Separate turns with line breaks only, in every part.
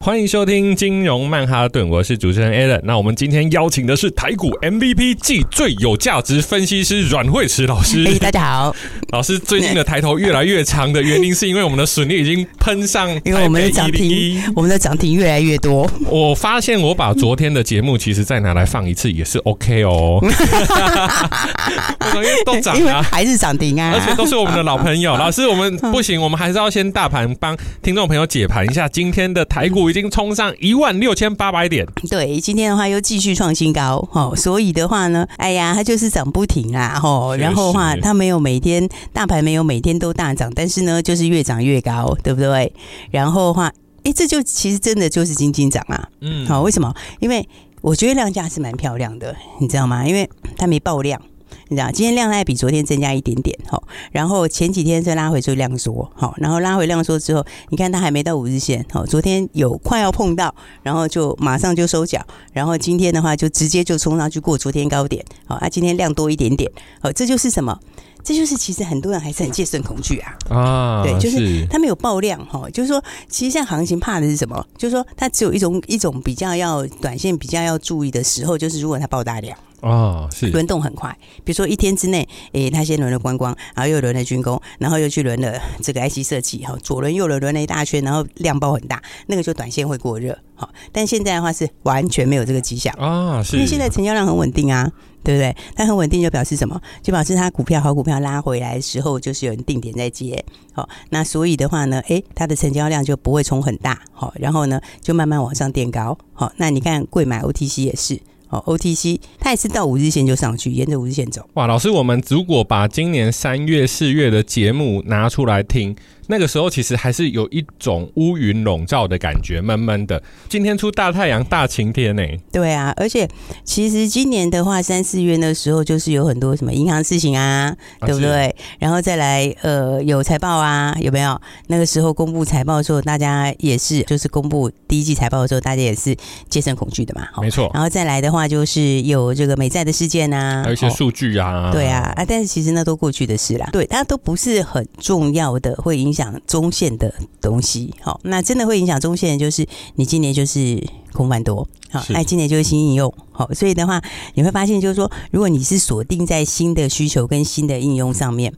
欢迎收听《金融曼哈顿》，我是主持人 Alan。那我们今天邀请的是台股 MVP 暨最有价值分析师阮慧慈老师。
哎、 大家好，
老师最近的抬头越来越长的原因，是因为我们的损率已经喷上台北101，
因为我们的涨停，我们的涨停越来越多，
我发现我把昨天的节目其实再拿来放一次也是 OK 哦，我因为都涨
因为
啊。
还是涨停啊，
而且都是我们的老朋友，老师，我们不行，我们还是要先大盘帮听众朋友解盘一下。今天的台股已经冲上一万六千八百点，
对，今天的话又继续创新高哦，所以的话呢，哎呀，它就是涨不停啦哦，
确实
然后的话它没有每天大盘没有每天都大涨，但是呢就是越涨越高，对不对？然后的话，哎，这就其实真的就是金金涨啊，
嗯，
好、为什么？因为我觉得量价是蛮漂亮的，你知道吗？因为它没爆量。你知道，今天量还比昨天增加一点点，好，然后前几天是拉回就量缩，好，然后拉回量缩之后，你看它还没到五日线，好，昨天有快要碰到，然后就马上就收脚，然后今天的话就直接就冲上去过昨天高点，好，啊，今天量多一点点，好，这就是什么？这就是其实很多人还是很戒慎恐惧啊，
啊，
对就是它没有爆量哈、哦，就是说，其实现在行情怕的是什么？就是说，它只有一种一种比较要短线比较要注意的时候，就是如果它爆大量，
啊，是
轮动很快，比如说一天之内，诶，它先轮了观光，然后又轮了军工，然后又去轮了这个 IC 设计哈、哦，左轮右轮轮了一大圈，然后量爆很大，那个就短线会过热好、但现在的话是完全没有这个迹象。
啊，
因
是
为现在成交量很稳定啊，对不对？它很稳定就表示什么？就表示它股票好股票拉回来的时候，就是有人定点在接，好、那所以的话呢，诶，它的成交量就不会冲很大，好、然后呢就慢慢往上垫高，好、那你看贵买 OTC 也是。哦，OTC 它也是到五日线就上去，沿着五日线走。
哇，老师，我们如果把今年三月、四月的节目拿出来听，那个时候其实还是有一种乌云笼罩的感觉，闷闷的。今天出大太阳、大晴天呢、
对啊，而且其实今年的话，三四月那时候就是有很多什么银行事情啊，
啊
对不
是
对？然后再来，呃，有财报啊，有没有？那个时候公布财报的时候，大家呃也是就是公布第一季财报的时候，大家也是戒慎恐惧的嘛，齁
没错，
然后再来的话，就是有这个美债的事件啊，
还有一些
齁
数据啊，
对啊，啊，但是其实那都过去的事啦，对，它都不是很重要的，会影响中线的东西。好，那真的会影响中线，的就是你今年就是空翻多，好
是，
那今年就是新应用，好，所以的话你会发现，就是说，如果你是锁定在新的需求跟新的应用上面。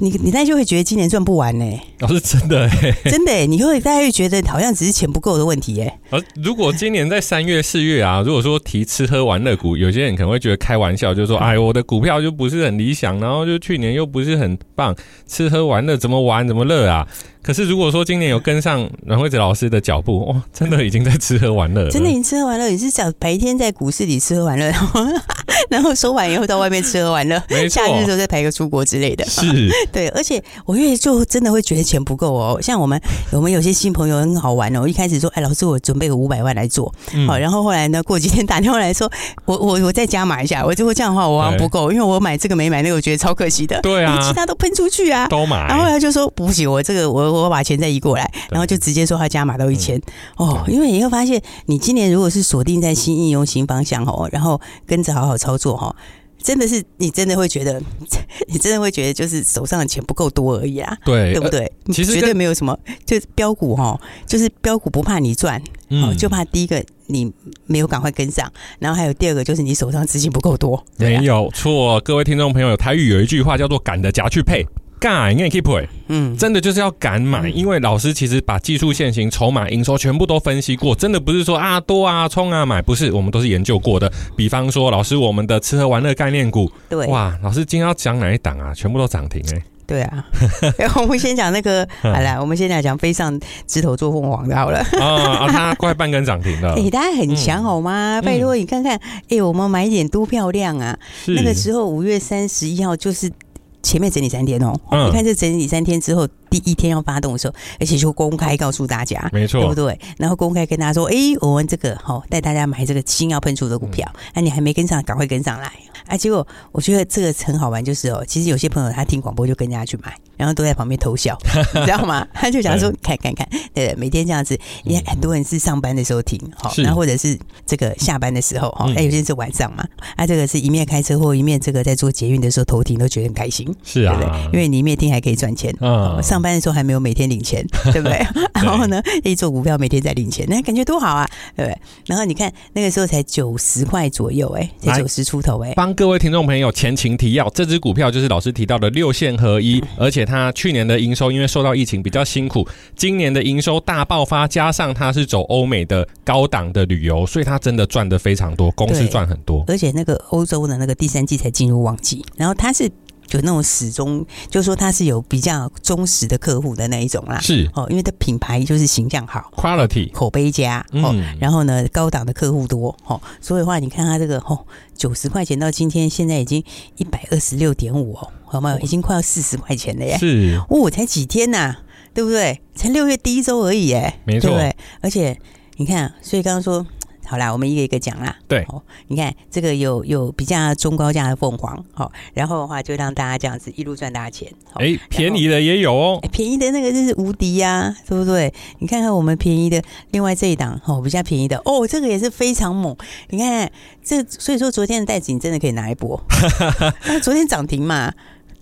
你你那就会觉得今年赚不完呢、
老师真的、欸。
真的、欸，你会大家会觉得好像只是钱不够的问题耶、
而呃如果今年在三月、四月啊，如果说提吃喝玩乐股，有些人可能会觉得开玩笑，就 说：“哎，我的股票就不是很理想，然后就去年又不是很棒，吃喝玩乐怎么玩怎么乐啊？”可是如果说今年有跟上阮惠子老师的脚步，哇、真的已经在吃喝玩乐了，
真的，你吃喝玩乐，你是讲白天在股市里吃喝玩乐，然 后然后收完以后到外面吃喝玩乐，
没错
假日的时候再排个出国之类的。
是
对，而且我越就真的会觉得钱不够哦。像我们我们有些新朋友很好玩哦，一开始说，哎，老师，我准备个五百万来做，
嗯
好、然后后来呢，过几天打电话来说，我我我再加码一下，我就会这样的话，我好像不够，因为我买这个没买那个，我觉得超可惜的。
对啊
因为其他都喷出去啊。
都
然后
买，
他就说不行，我这个我我把钱再移过来，然后就直接说他加码到一千、
嗯
哦，因为你会发现，你今年如果是锁定在新应用新方向哦，然后跟着好好操作哦。真的是，你真的会觉得， 你真的会觉得，就是手上的钱不够多而已啦，
对
对不对？
哎呃其实
绝
跟
对没有什么，就是标股哈，就是标股不怕你赚，
呃嗯
哦，就怕第一个你没有赶快跟上，然后还有第二个就是你手上资金不够多，对啊
没有错。各位听众朋友，台语有一句话叫做“赶的夹去配”。赶，你 keep
嗯，
真的就是要敢买，因为老师其实把技术线型、筹码、营收全部都分析过，真的不是说啊多啊冲啊买，不是，我们都是研究过的。比方说，老师我们的吃喝玩乐概念股，
对。
哇，老师今天要讲哪一档啊？全部都涨停 哎、
对啊，然后我们先讲 那个，
嗯
好了，我们先来讲飞上枝头做凤凰的好了。
啊啊，它快半根涨停了
哎、，大家
嗯
很强好吗？拜托你看看，哎、我们买点多漂亮啊！
是
那个时候五月三十一号就是前面整理三天哦，
嗯
你看这整理三天之后，第一天要发动的时候，而且就公开告诉大家，
没
对
错
不，对？然后公开跟大家说，诶，我们这个好带大家买这个新要喷出的股票，
嗯
那、你还没跟上，赶快跟上来啊！结果我觉得这个很好玩，就是哦，其实有些朋友他听广播就跟人家去买，然后都在旁边 偷笑，你知道吗？他就想说，看看看，对，每天这样子，你看很多人是上班的时候听，哈，
嗯是
然后或者是这个下班的时候，哈，
嗯
哎，有些是晚上嘛，啊，这个是一面开车或一面这个在做捷运的时候偷听，都觉得很开心，
是
对
啊
不，对？因为你一面听还可以赚钱。
啊
哦上班的时候还没有每天领钱， 对不对？然后呢，一做股票每天在领钱，那感觉多好啊，对不对？然后你看那个时候才九十块左右、哎，才
来
九十出头、哎，
帮各位听众朋友前情提要，这只股票就是老师提到的六线合一，
嗯
而且它去年的营收因为受到疫情比较辛苦，今年的营收大爆发，加上它是走欧美的高档的旅游，所以它真的赚的非常多，公司
对
赚很多。
而且那个欧洲的那个第三季才进入旺季，然后它是有那种始终，就说它是有比较忠实的客户的那一种啦。
是
哦，因为它品牌就是形象好，
quality，
口碑佳哦，
嗯
然后呢高档的客户多哦，所以的话你看它这个哦，九十块钱到今天现在已经一百二十六点五哦，好吗？已经快要四十块钱了耶！
是
哦，才几天呐、对不对？才六月第一周而已，哎，
没错
对不对而且你看，所以刚刚说，好啦，我们一个一个讲啦。
对
哦，你看这个有有比较中高价的凤凰，好、然后的话就让大家这样子一路赚大钱。好
哎、便宜的也有哦，
哎便宜的那个真是无敌呀、对不对？你看看我们便宜的，另外这一档哦，比较便宜的哦，这个也是非常猛。你看这，所以说昨天的袋子你真的可以拿一 波，啊、昨天涨停嘛，啊，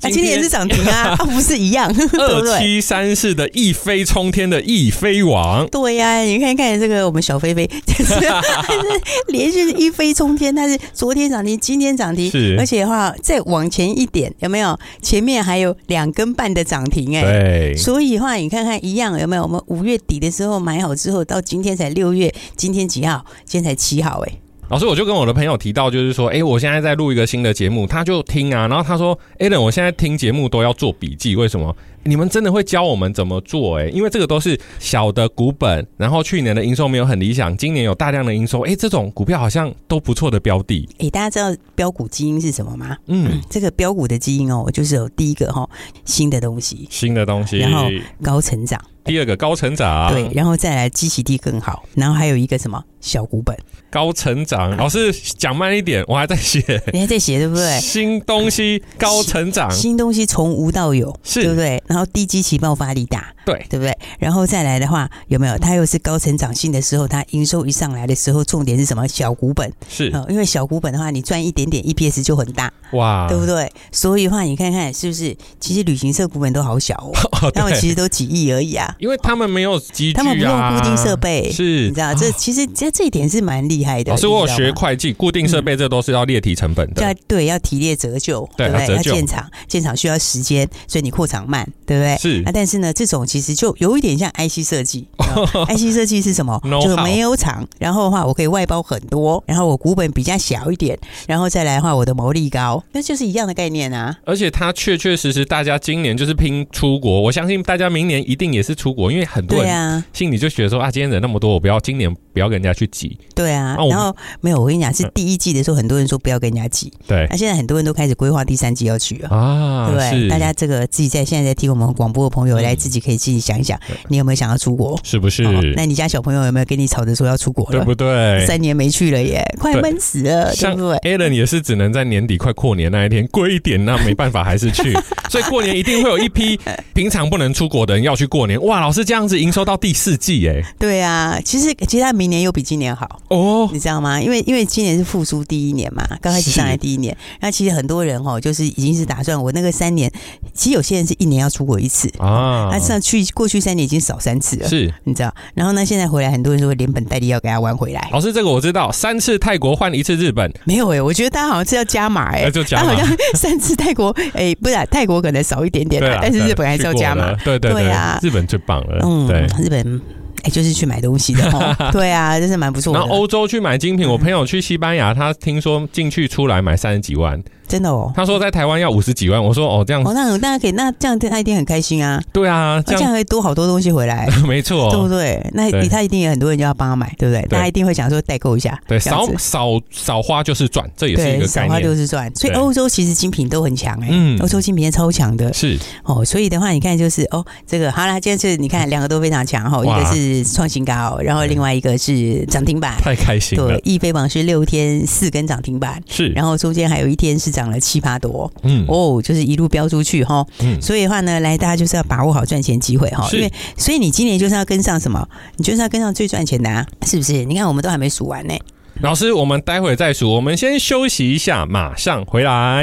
今天
今天也是涨停 啊，啊，不是一样， 对不
二
对？
七三四的一飞冲天的一飞网，
对呀、你看看这个我们小飞飞，就是 它是连续一飞冲天，它是昨天涨停，今天涨停，
是
而且的话再往前一点，有没有？前面还有两根半的涨停、哎，
对，
所以的话，你看看一样有没有？我们五月底的时候买好之后，到今天才六月，今天几号？今天才七号、哎，
老师，我就跟我的朋友提到，就是说，诶，我现在在录一个新的节目，他就听啊，然后他说 a l a n 我现在听节目都要做笔记，为什么？你们真的会教我们怎么做、诶，因为这个都是小的股本，然后去年的营收没有很理想，今年有大量的营收，诶，这种股票好像都不错的标的，
哎、大家知道标股基因是什么吗？
嗯，
这个标股的基因哦，就是有第一个哈、哦、新的东西，
新的东西。
然后高成长，
第二个高成长，
对，，然后再来基期低更好，然后还有一个什么小股本，
高成长。老师讲慢一点，我还在写
你还在写对不对？
新东西，高成长，
新东西从无到有，
是
对不对？然后低基期爆发力大，
对，
对不对？然后再来的话，有没有？它又是高成长性的时候，它营收一上来的时候，重点是什么？小股本，
是
哦，因为小股本的话，你赚一点点 EPS 就很大，
哇，
对不对？所以的话，你看看是不是？其实旅行社股本都好小哦，
哦
他们
对
其实都几亿而已 啊。
因为他们没有机具、啊，
他们不用固定设备
是
你知道，这其实这这一点是蛮厉害的。
老师，我有
你知道
学
吗
会计，固定设备这都是要列提成本的。
要对要提列折旧，
对
不
要
对？
折
要
旧
建厂，建厂需要时间，所以你扩厂慢，对不对？
是
啊，但是呢，这种其实就有一点像 IC 设计、你知 道吗 IC 设计是什么？
Know
就没有厂，然后的话我可以外包很多，然后我股本比较小一点，然后再来的话我的毛利高，那就是一样的概念啊。
而且它确确实实，大家今年就是拼出国，我相信大家明年一定也是出国，因为很多
对
人
啊，
心里就觉得说啊，今天人那么多，我不要今年不要跟人家去挤。
对啊
啊。我们嗯
然后没有，我跟你讲，是第一季的时候，很多人说不要跟人家挤，
对
那、现在很多人都开始规划第三季要去了。
啊，
对不对？
是嗯
大家这个自己在现在在听我们广播的朋友，来自己可以自己想一想，你有没有想要出国？
是不是？
哦那你家小朋友有没有跟你吵着说要出国
嗯对
了？
不对？
三年没去了耶，快闷死了，呃对
像
不对？
Alan 也是只能在年底快过年那一天贵一点，那没办法还是 去。所以过年一定会有一批平常不能出国的人要去过年。哇，老师这样子营收到第四季哎、
对啊，其实其实他明年又比今年好，
哦，
你知道吗？因为因为今年是复苏第一年嘛，刚开始上来
是
第一年，那其实很多人哦，就是已经是打算我那个三年，其实有些人是一年要出国一次，
啊
他上去过去三年已经少三次了。
是
你知道，然后呢？现在回来，很多人说连本带利要给他玩回来。
老师，这个我知道，三次泰国换一次日本，
没有哎、我觉得大家好像是要加码哎、
那就加
他
码啊
好像三次泰国哎、不是、啊、泰国可能少一点点
对
啦
啊，
但哎是
对
日本还是要
去过
加码
了。对对
对
对
啊，
日本最棒了，
嗯
对。，
日本哎、就是去买东西的 哦，对啊，真是蛮不错的。
然后欧洲去买精品，我朋友去西班牙，他听说进去出来买三十几万，
真的哦，
他说在台湾要五十几万，我说哦这样
哦，那大家可以，那这样他一定很开心啊，
对啊，
那
这
这
样
样可以多好多东西回来。
没
对不
错，
对？那
对
他一定有很多人就要帮他买，对不对？大家一定会想说代购一下，
对
这样
少
子
少少花就是赚，这也是一
对，
个
少
概
花
念，
就是赚。所以
对
欧洲其实精品都很强哎、
嗯
欧洲精品也超强的
是
哦。所以的话，你看就是哦，这个好啦，今天是你看两个都非常强哈，一
哇
个是创新高，然后另外一个是涨停板。
太开心了
对，，易飞榜是六天四根涨停板，
是
然后中间还有一天是涨了七八多
嗯，
哦，就是一路飙出去哈。
嗯
所以的话呢，来大家就是要把握好赚钱机会哈，
是
因为所以你今年就是要跟上什么？你就是要跟上最赚钱的啊，是不是？你看我们都还没数完呢。
老师，我们待会再数，我们先休息一下，马上回来。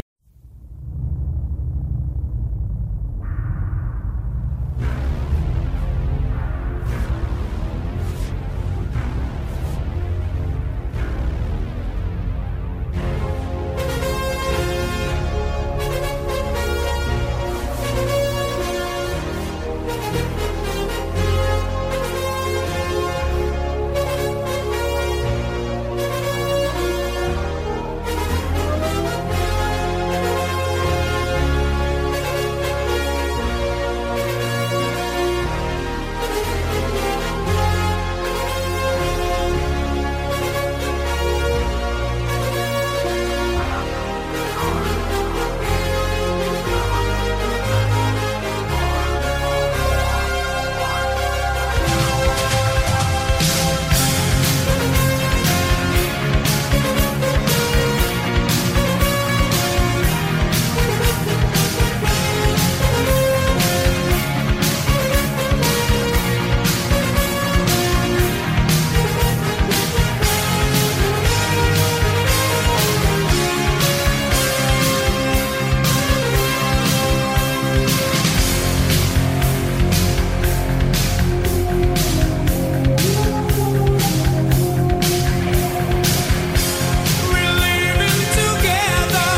We're living together,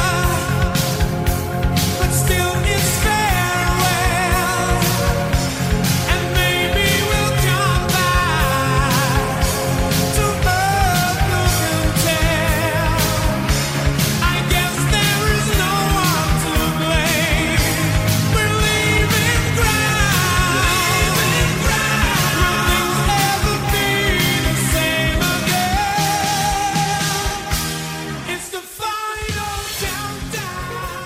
but still it's farewell. And maybe we'll come back to earth and tell. I guess there is no one to blame. We're leaving ground. Will things ever be the same again? It's the final countdown.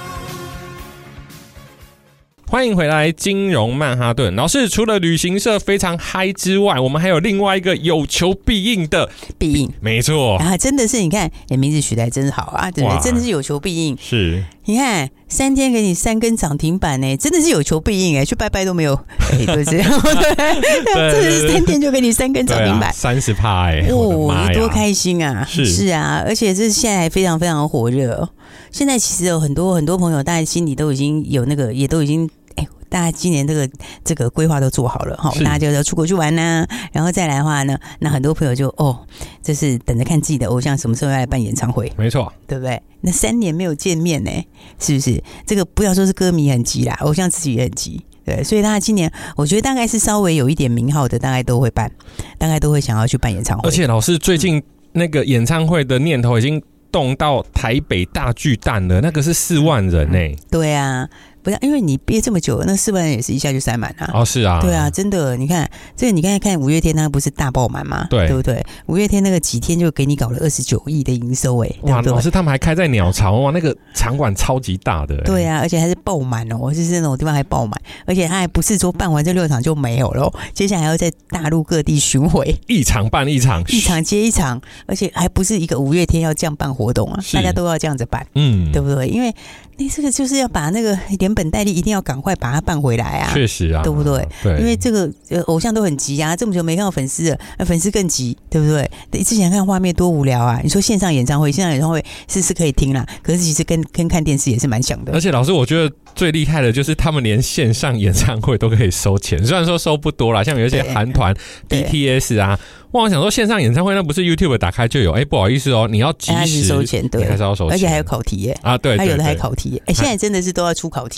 欢迎回来，金融曼哈顿。老师，除了旅行社非常嗨之外，我们还有另外一个有求必应的，
必应
没错，
啊，真的是你看，哎，名字取得还真好啊，对不
哦哇
对？真的是有求必应。
是
你看三天给你三根涨停板呢、真的是有求必应哎、去拜拜都没有，哎、对 不对？对，真的是三天就给你三根涨停板。
啊三十趴哎，我的
哦
妈，呀
多开心啊！
是
啊，而且这现在还非常非常火热。现在其实有很多很多朋友，大家心里都已经有那个，也都已经。哎，大家今年这个这个规划都做好了哈，
是
大家就要出国去玩呐、然后再来的话呢，那很多朋友就哦，这是等着看自己的偶像什么时候要来办演唱会，
没错，
对不对？那三年没有见面呢、是不是？这个不要说是歌迷很急啦，偶像自己也很急，对。所以大家今年，我觉得大概是稍微有一点名号的，大概都会办，大概都会想要去办演唱会
而。且老师最近那个演唱会的念头已经动到台北大巨蛋了，那个是四万人哎、
对啊，不是因为你憋这么久，那四万人也是一下就塞满了、
哦是啊，
对啊，，真的，你看这个，你刚才看五月天，他不是大爆满吗？
对
对不对？五月天那个几天就给你搞了二十九亿的营收、哎，对
哇，
不对
老？师他们还开在鸟巢哇，那个场馆超级大的、哎
对啊，而且还是爆满哦，就是那种地方还爆满，而且他还不是说办完这六场就没有喽，接下来要在大陆各地巡回，
一场办一场，
一场接一场，而且还不是一个五月天要这样办活动啊，
是
大家都要这样子办，
嗯
对，不对？因为那这个就是要把那个连本带利一定要赶快把它办回来啊，
确实啊，
对不对？
对，
因为这个呃偶像都很急啊，这么久没看到粉丝了，呃粉丝更急，对不对？对之前看画面多无聊啊！你说线上演唱会，线上演唱会是是可以听啦，可是其实跟跟看电视也是蛮像
而
的。
且老师，我觉得最厉害的就是他们连线上演唱会都可以收钱，虽然说收不多啦，像有一些
对
韩团、
对
BTS 啊，哇，我想说线上演唱会那不是 YouTube 打开就有，哎、不好意思哦，你要及
哎他是
时
收钱对
你还是要收钱，
而且还有考题耶、
啊，对
他
对
有的还
对
考题耶、哎、现在真的是都要出考
嗯
题耶、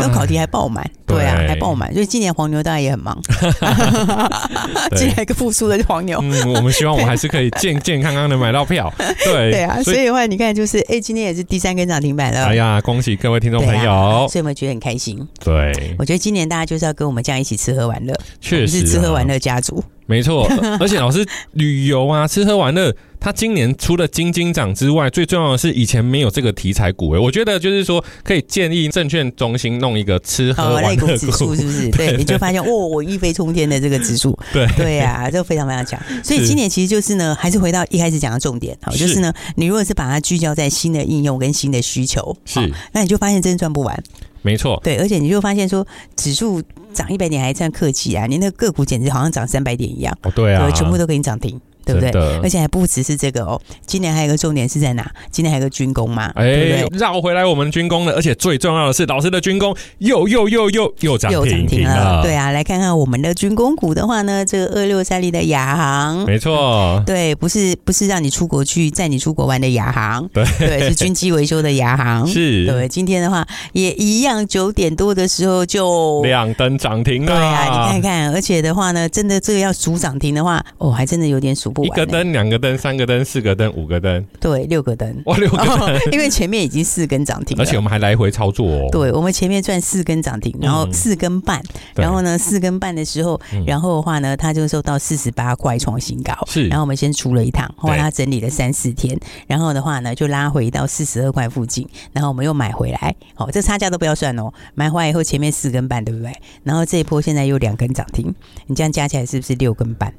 都考题还爆满，对啊，
对
还爆满，所以今年黄牛大家也很 忙，今年一个复苏的黄牛，
嗯，我们希望我们还是可以健健康康的买到票，对
对啊，所
以
以的话你看就是，哎、今天也是第三根涨停板了，
哎呀，恭喜各位听众
对
朋友
啊，，所以我们觉得很开心。
对，
我觉得今年大家就是要跟我们这样一起吃喝玩乐，
确
是
实
吃喝玩
啊
乐家族，哦
没错，呃而且老师旅游啊，吃喝玩乐，它今年除了金金涨之外，最重要的是以前没有这个题材股、欸。我觉得就是说，可以建议证券中心弄一个吃喝
哦，
玩
类股
乐
指数
股，
是不是？对，你 就发现哦，我一飞冲天的这个指数，
对
对啊，这个非常非常强。所以
是
今年其实就是呢，还是回到一开始讲的重点，好，就是是呢，你如果是把它聚焦在新的应用跟新的需求，
是
好那你就发现真的赚不完，
没错，
对，而且你就发现说指数涨一百点还算客气啊，你那个个股简直好像涨三百点一样，
哦，对啊，
对，全部都给你涨停，对不对
真？的
而且还不只是这个哦，今年还有一个重点是在哪？今年还有一个军工嘛，对不
哎
对，？
绕回来我们军工了，而且最重要的是，老师的军工又又又又又涨
又涨
停
停
了，
了。对，啊，来看看我们的军工股的话呢，这个二六三零的亚航。
没错，
对，不是不是让你出国去载你出国玩的亚航，
对
是军机维修的亚航，
是
对。今天的话也一样，九点多的时候就
亮灯涨停了，
对啊，你看看，而且的话呢，真的这个要数涨停的话，哦，还真的有点数不
一
完、
个
欸，
灯、两个灯、三个灯、四个灯、五个灯，
对，六 个灯，
哇，六个灯，
哦 因为前面已经四根涨停了，
而且我们还来回操作哦，
对，我们前面赚四根涨停，然后
嗯
四根半，
对嗯
然后呢四根半的时候，然后的话呢，它就收到四十八块创新高，
是
然后我们先出了一趟，后来
对
它整理了三四天，然后的话呢就拉回到四十二块附近，然后我们又买回来，哦，这差价都不要算哦，买回来以后前面四根半对不对？然后这一波现在又两根涨停，你这样加起来是不是六根半？哎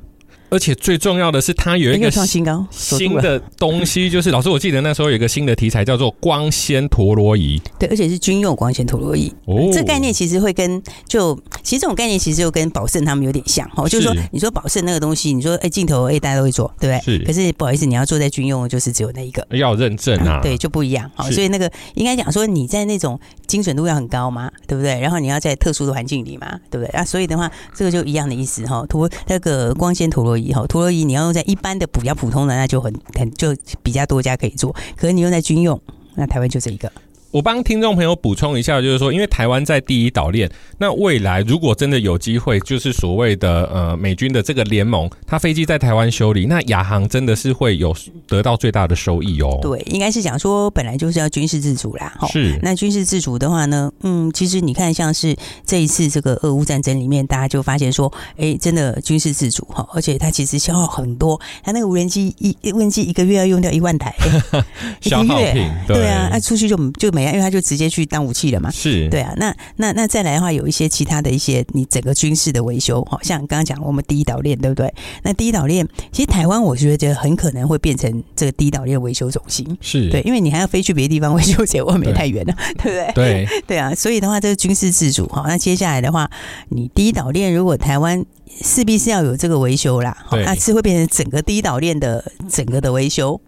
而且最重要的是，它有一
又
个
创新高，锁住
新
了
的东西，就是老师，我记得那时候有一个新的题材叫做光纤陀螺仪
对，而且是军用光纤陀螺仪。
哦
这概念其实会跟就其实这种概念其实就跟宝盛他们有点像哦，就是说
是
你说宝盛那个东西，你说哎镜头哎大家都会做，对不对？
是
可是不好意思，你要做在军用的就是只有那一个。
要认证啊，
嗯对，就不一样。好，
是
所以那个应该讲说，你在那种精准度要很高嘛，对不对？然后你要在特殊的环境里嘛，对不对？啊，所以的话，这个就一样的意思哈。陀那个光纤陀螺仪哈，陀螺仪你要用在一般的比较普通的，那就很很就比较多家可以做。可是你用在军用，那台湾就这一个。
我帮听众朋友补充一下，就是说，因为台湾在第一岛链，那未来如果真的有机会，就是所谓的呃美军的这个联盟，它飞机在台湾修理，那亚航真的是会有得到最大的收益哦。，
对，哦应该是讲说本来就是要军事自主啦，吼
是
那军事自主的话呢，嗯，其实你看，像是这一次这个俄乌战争里面，大家就发现说，哎，真的军事自主哈，而且它其实消耗很多，它那个无人机一无人机一个月要用掉一万台，诶一
消
个
耗
月
品，
对啊，那、出去就就没啊，因为它就直接去当武器了嘛。
是，
对啊，那那那再来的话，有一些其他的一些你整个军事的维修，好像刚刚讲我们第一岛链，对不对？那第一岛链，其实台湾我觉得很可能会变成这个第一岛链维修中心。
是，
对，因为你还要飞去别的地方维修，且外面太远了，对不对？
对，
对啊，所以的话，这是军事自主哈。那接下来的话，你第一岛链如果台湾势必是要有这个维修啦，好
对
那是会变成整个第一岛链的整个的维修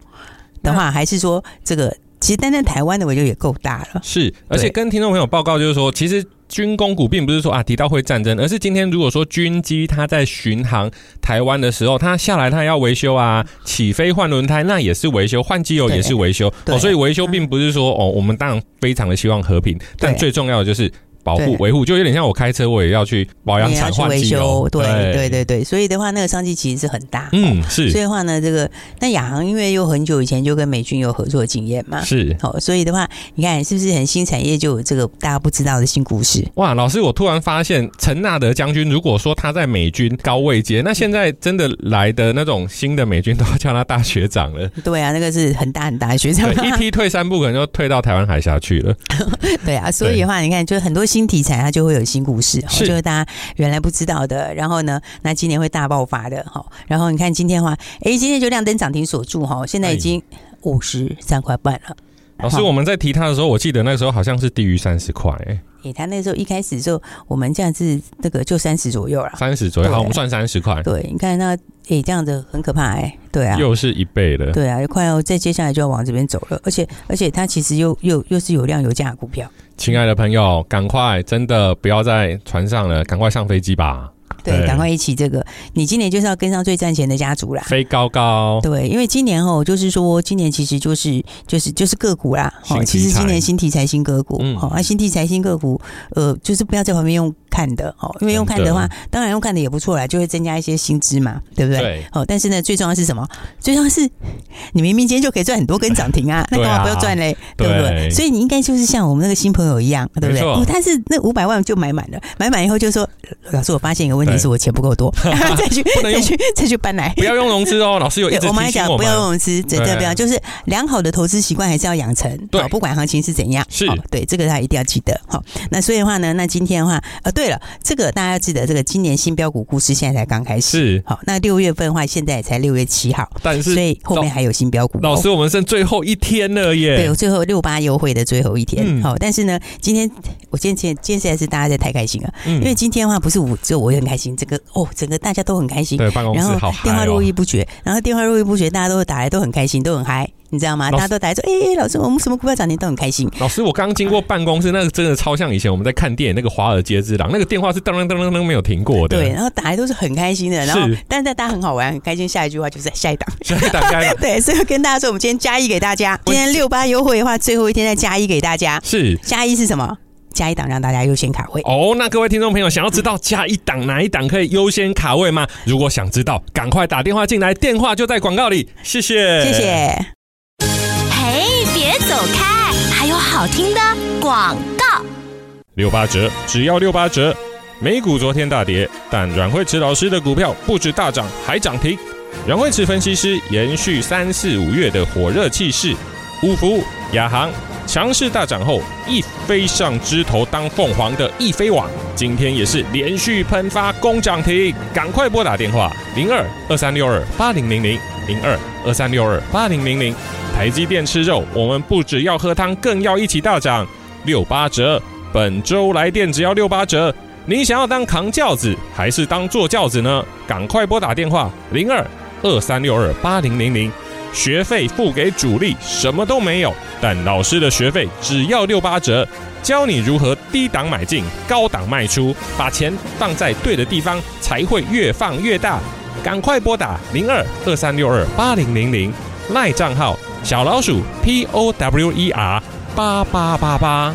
的话，还是说这个其实单单台湾的维修也够大了。
是，而且
对
跟听众朋友报告就是说，其实军工股并不是说啊提到会战争，而是今天如果说军机它在巡航台湾的时候，它下来它要维修啊，起飞换轮胎那也是维修，换机油也是维修，
对
哦，所以维修并不是说哦，我们当然非常的希望和平，但最重要的就是。保护
对
维护就有点像我开车，我也要去保养
你
厂
要去
换
维
机
修
油，，
哦对对，对对，所以的话，那个商机其实是很大。哦
嗯，
所以
是
的话呢，这个那亚航因为又很久以前就跟美军有合作经验嘛，
是。
好、所以的话，你看是不是很新产业就有这个大家不知道的新故事？
哇，老师，我突然发现陈纳德将军，如果说他在美军高位阶，那现在真的来的那种新的美军都要叫他大学长 了。
对啊，那个是很大很大的学长，
对，一踢退三步，可能就退到台湾海峡去了。
对啊，所以的话，你看，就很多新题材，它就会有新故事，
是
就是大家原来不知道的。然后呢，那今年会大爆发的哈。然后你看今天的话，哎，今天就亮灯涨停锁住哈，现在已经五十三块半了。
老师，
好
我们在提他的时候，我记得那时候好像是低于三十块，
诶，欸他那时候一开始的时候，我们这样子那个就三十左右了。
三十左右。
啊对
好，我们算三十块，
对，你看那诶，这样子很可怕哎、对啊。
又是一倍了。
对啊，快要再接下来就要往这边走了，而且而且它其实又又又是有量有价的股票，
亲爱的朋友，赶快，真的不要在船上了，赶快上飞机 吧，
对，
对
赶快一起这个，你今年就是要跟上最赚钱的家族啦。
飞高高。
对，因为今年哦，就是说今年其实就是就是就是个股啦，
新
哦，
题材
其实今年新题材新个股
嗯，
哦，啊，新题材新个股，呃，就是不要在旁边用看的哦，因为用看的话，当然用看的也不错啦，就会增加一些薪资嘛，对不对？
对
哦，但是呢，最重要的是什么？最重要的是你明明今天就可以赚很多根 涨停啊，那
对
干
啊
嘛不要赚嘞？对
对
不对？所以你应该就是像我们那个新朋友一样，对不
没
对？
错
哦，但是那五百万就买满了，买满以后就说，老师，我发现一个问题
对
是我钱不够 多，再去
不能
再
用
去再去搬来。
不要用融资哦，老师有一
对
直，
我们
提
还
醒
讲
我
不
们
要。融资，对对，
对
不要，就是良好的投资习惯还是要养成。
对
好不管行情是怎样，
是
好对这个大家一定要记得。好，那所以的话呢，那今天的话，呃，对了，这个大家要记得，这个今年新标股故事现在才刚开始。
是，
好，那六月份的话，现在也才六月七号，
但是
所以后面还有新标股哦。
老师，我们剩最后一天了
对，
耶
我！最后六八优惠的最后一天，
嗯
好、但是呢，今天我今天今天今天实在是大家在太开心了，
嗯
因为今天的话不是我只有我很开心，这个哦，整个大家都很开心，
对，办公
然
室
后
好嗨
电话络
哦
绎。不绝，然后电话络绎不绝，大家都打来都很开心，都很嗨，你知道吗？
老
大
师
家都打来说，哎、哎老师，我们什么股票涨停都很开心。
老师，我刚经过办公室，那个真的超像以前我们在看电影那个《华尔街之狼》，那个电话是当当当当当没有停过的。
对，，然后打来都是很开心的，然后
是
但是大家很好玩，很开心。下一句话就是下一档，
现在打开了
对，所以跟大家说，我们今天加一给大家，今天六八优惠的话，最后一天再加一给大家，
是。
加一是什么？加一档让大家优先卡位。
哦，那各位听众朋友，想要知道加一档哪一档可以优先卡位吗？如果想知道，赶快打电话进来，电话就在广告里。谢谢，
谢谢。
嘿，别走开，还有好听的广告。
六八折，只要六八折。美股昨天大跌，但阮慧慈老师的股票不止大涨，还涨停。阮慧慈分析师延续三四五月的火热气势，五福、亚航强势大涨后，一飞上枝头当凤凰的一飞网，今天也是连续喷发攻涨停，赶快拨打电话零二二三六二八零零零零二二三六二八零零零。台积电吃肉，我们不只要喝汤，更要一起大涨。六八折，本周来电只要六八折。你想要当扛轿子还是当坐轿子呢？赶快拨打电话零二二三六二八零零零。学费付给主力，什么都没有，但老师的学费只要六八折，教你如何低档买进，高档卖出，把钱放在对的地方，才会越放越大。赶快拨打零二二三六二八零零零赖账号小老鼠 P O W E R 八八八八。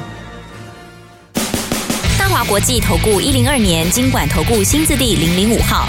大华国际投顾一零二年经管投顾新字第零零五号。